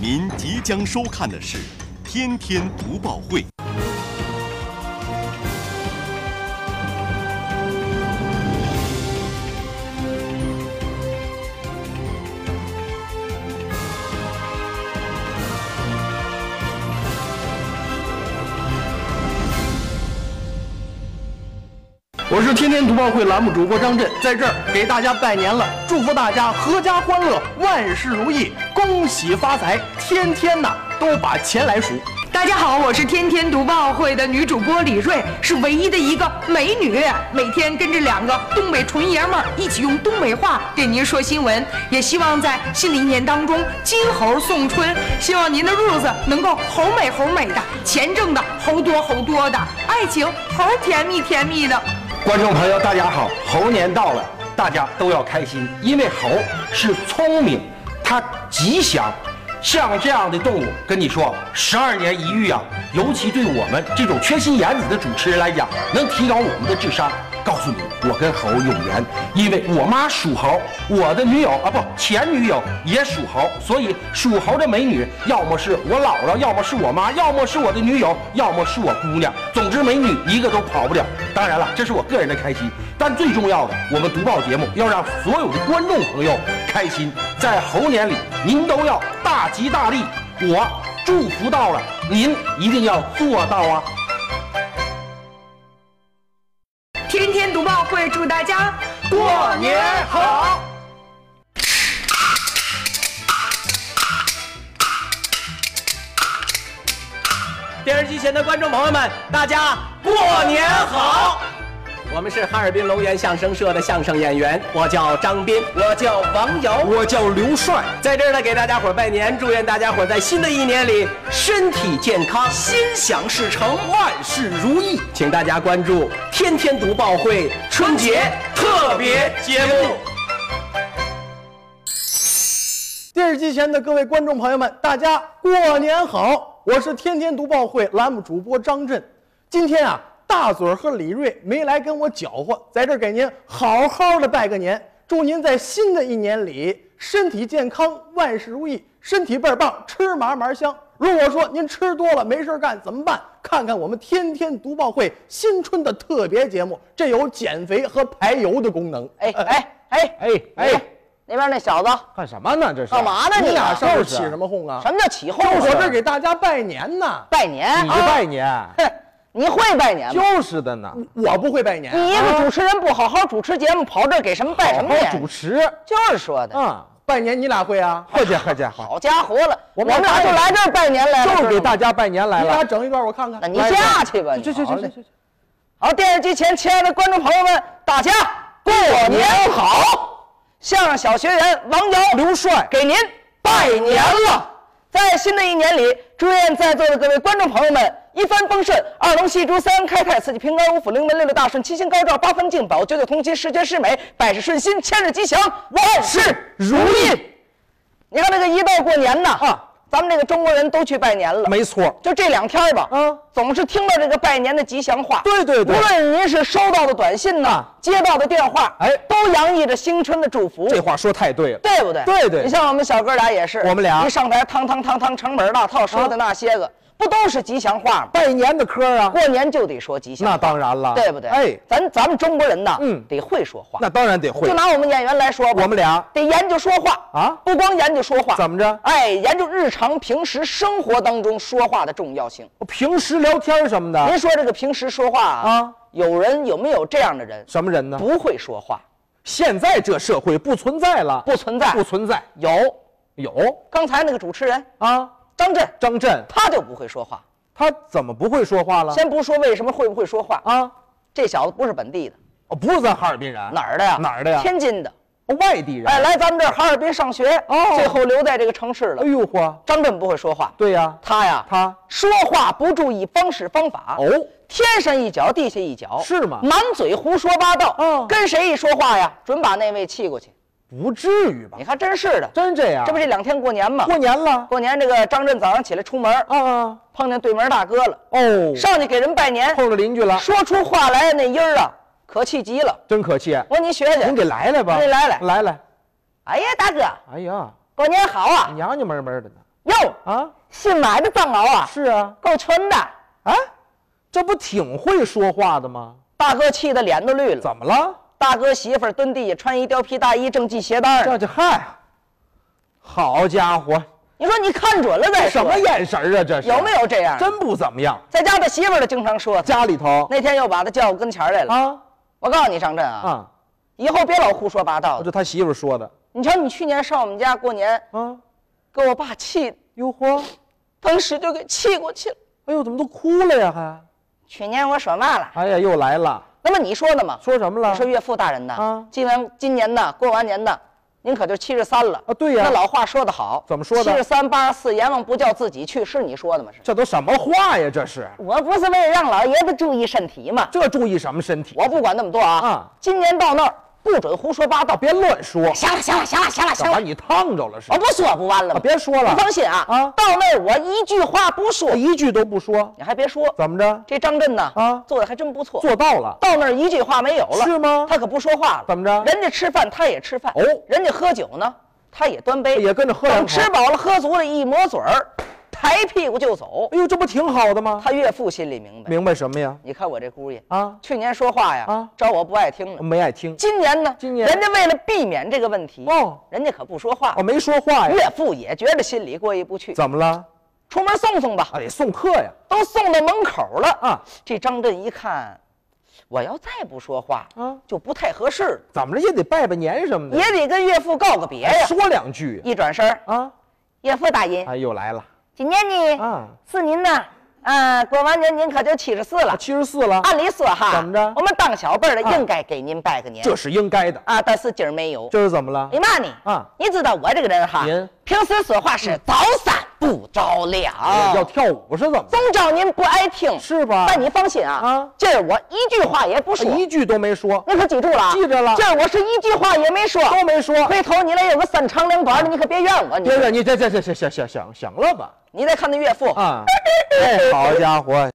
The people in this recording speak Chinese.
您即将收看的是《天天读报会》。我是天天读报会栏目主播张震，在这儿给大家拜年了，祝福大家阖家欢乐，万事如意，恭喜发财，天天呐都把钱来数。大家好，我是天天读报会的女主播李锐，是唯一的一个美女，每天跟着两个东北纯爷们儿一起用东北话给您说新闻，也希望在新的一年当中金猴送春，希望您的日子能够猴美猴美的，钱挣的猴多猴多的，爱情猴甜蜜甜蜜的。观众朋友，大家好，猴年到了，大家都要开心，因为猴是聪明，它吉祥。像这样的动物，跟你说，十二年一遇啊，尤其对我们这种缺心眼子的主持人来讲，能提高我们的智商。告诉你，我跟猴有缘，因为我妈属猴，我的女友啊不前女友也属猴，所以属猴的美女，要么是我姥姥，要么是我妈，要么是我的女友，要么是我姑娘。总之，美女一个都跑不了。当然了，这是我个人的开心，但最重要的，我们读报节目要让所有的观众朋友开心，在猴年里，您都要大吉大利。我祝福到了，您一定要做到啊！天天读报会祝大家过年好！电视机前的观众朋友们，大家过年好！我们是哈尔滨龙岩相声社的相声演员，我叫张斌，我叫王瑶，我叫刘帅，在这儿呢给大家伙儿拜年，祝愿大家伙儿在新的一年里身体健康，心想事成，万事如意。请大家关注“天天读报会”春节特别节目。电视机前的各位观众朋友们，大家过年好！我是天天读报会栏目主播张震。今天啊，大嘴儿和李锐没来跟我搅和，在这儿给您好好的拜个年，祝您在新的一年里身体健康，万事如意，身体倍儿棒，吃嘛嘛香。如果说您吃多了没事儿干怎么办？看看我们天天读报会新春的特别节目，这有减肥和排油的功能。哎哎哎哎哎，那边那小子干什么呢？这是干嘛呢？你俩什上这起什么哄啊？么叫起哄？我这给大家拜年呢。拜年你啊！拜年、哼，你会拜年吗？哎就是的呢，我不会拜年，啊你一个主持人不好好主持节目，跑这儿给什么拜什么啊好年？主持就是说的，啊！哎拜年你俩会啊？快点快点，好，好家伙了，我我们们俩就来这儿拜年来了，就是给知道吗大家拜年来你了俩。整一段我看看那。你下去吧。这你这这这这，好，电视机前亲爱的观众朋友们，大家过年好！相声小学员王瑶、刘帅给您拜年了。在新的一年里，祝愿在座的各位观众朋友们一帆风顺，二龙戏珠，三恩开泰，四季平安，五福临门，六六大顺，七星高照，八方进宝，九九通七，十全十美，百事顺心，千日吉祥，万事如意。你看这个一到过年呐，啊，咱们这个中国人都去拜年了，没错，就这两天吧，嗯总是听到这个拜年的吉祥话。对对对无论您是收到的短信呐、啊接到的电话，哎都洋溢着新春的祝福。这话说太对了。对不对？对对你像我们小哥俩也是，我们俩啊一上台，汤汤汤汤，城门大炮说的那些个，不都是吉祥话吗？拜年的嗑啊，过年就得说吉祥话，那当然了，对不对？哎，咱咱们中国人呐，嗯得会说话。那当然得会就。拿我们演员来说吧，我们俩得研究说话啊不光研究说话，怎么着哎，研究日常平时生活当中说话的重要性。我平时聊天什么的，您说这个平时说话啊啊，有人有没有这样的人？什么人呢？不会说话，现在这社会不存在了，不存在不存在。有有刚才那个主持人啊，张震，张震他就不会说话。他怎么不会说话了？啊先不说为什么会不会说话，啊，这小子不是本地的，哦，不是咱哈尔滨人，哪儿的呀？哪儿的呀天津的。哦外地人。哎，来咱们这儿哈尔滨上学，哦最后留在这个城市了哎。呦嚯，张震不会说话，对呀，他呀，他说话不注意方式方法，哦，天上一脚地下一脚，是吗满嘴胡说八道，哦跟谁一说话呀，准把那位气过去。不至于吧你？看，真是的，真哦这样？哎这不这两天过年吗？过年了过年这个张震早上起来出门，啊？碰见对门大哥了，哦，上去给人拜年，碰着邻居了，说出话来那音儿啊，可气极了。真可气。我说您学学，您给来来吧，您来来来来。哎呀，大哥，哎呀，过年好啊！娘娘们儿闷的呢。哟，啊，新买的藏獒啊，是啊，够沉的。哎，这不挺会说话的吗？大哥气得脸都绿了。怎么了？大哥媳妇儿蹲地下穿一貂皮大衣，正系鞋带这呢。就嗨，啊好家伙，你说你看准了再什说，么眼神儿啊？这是哎有没有这样？真不怎么样？在家他媳妇儿都经常说他。家里头那天又把他叫我跟前儿来了。啊我告诉你，张震啊，啊，以后别老胡说八道这的。啊他媳妇儿说的你瞧，你去年上我们家过年，啊。给我爸气，哟呵，当时就给气过去了。哎呦，怎么都哭了呀？还，去年我说嘛了？哎呀，又来了，那么你说呢嘛？说什么了你？说岳父大人呐，啊今年今年呢，过完年呢，您可就七十三了啊对呀那老话说得好，怎么说的七十三八十四，阎王不叫自己去，是你说的吗？是。这都什么话呀？这是，我不是为了让老爷子注意身体嘛，这注意什么身体？我不管那么多啊。啊今年到那儿不准胡说八道，别乱说，行了行了行了行了这行把了，你烫着了是我吧？不说不完了吗？啊别说了你放心啊啊到那儿我一句话不说这，一句都不说，你还别说，怎么着？这张震呢啊做的还真不错，做到了，到那儿一句话没有了，是吗他可不说话了，怎么着人家吃饭他也吃饭，哦人家喝酒呢他也端杯，也跟着喝两等口吃饱了喝足了，一抹嘴儿，抬屁股就走。哎呦，这不挺好的吗？他岳父心里明白，明白什么呀？你看我这姑爷啊去年说话呀，啊招我不爱听了。没爱听，今年呢，今年人家为了避免这个问题，哦人家可不说话我。没说话呀。岳父也觉得心里过意不去，怎么了？出门送送吧，啊，得送客呀。都送到门口了啊。这张震一看，我要再不说话啊就不太合适了，怎么着也得拜拜年什么的，也得跟岳父告个别呀。哎说两句呀一转身儿，啊。岳父大人，哎，又来了今年呢啊，是您呐，啊，过完年您可就七十四了。七十四了，按理说哈，怎么着我们当小辈儿的啊应该给您拜个年这是应该的。啊，但是今儿没有。这是怎么了哎？妈你啊你知道我这个人哈，您平时说话是早三不着哎要两，跳舞是怎么着？总招您不爱听，是吧但你放心啊，啊这儿我一句话也不说，一句都没说，你可记住了啊，记着了哦这儿我是一句话也没说，都没说。回头你来有个三长两短的，你可别怨我，你别别，你这这这这想想想想了吧？你再看那岳父啊，哎，好家伙！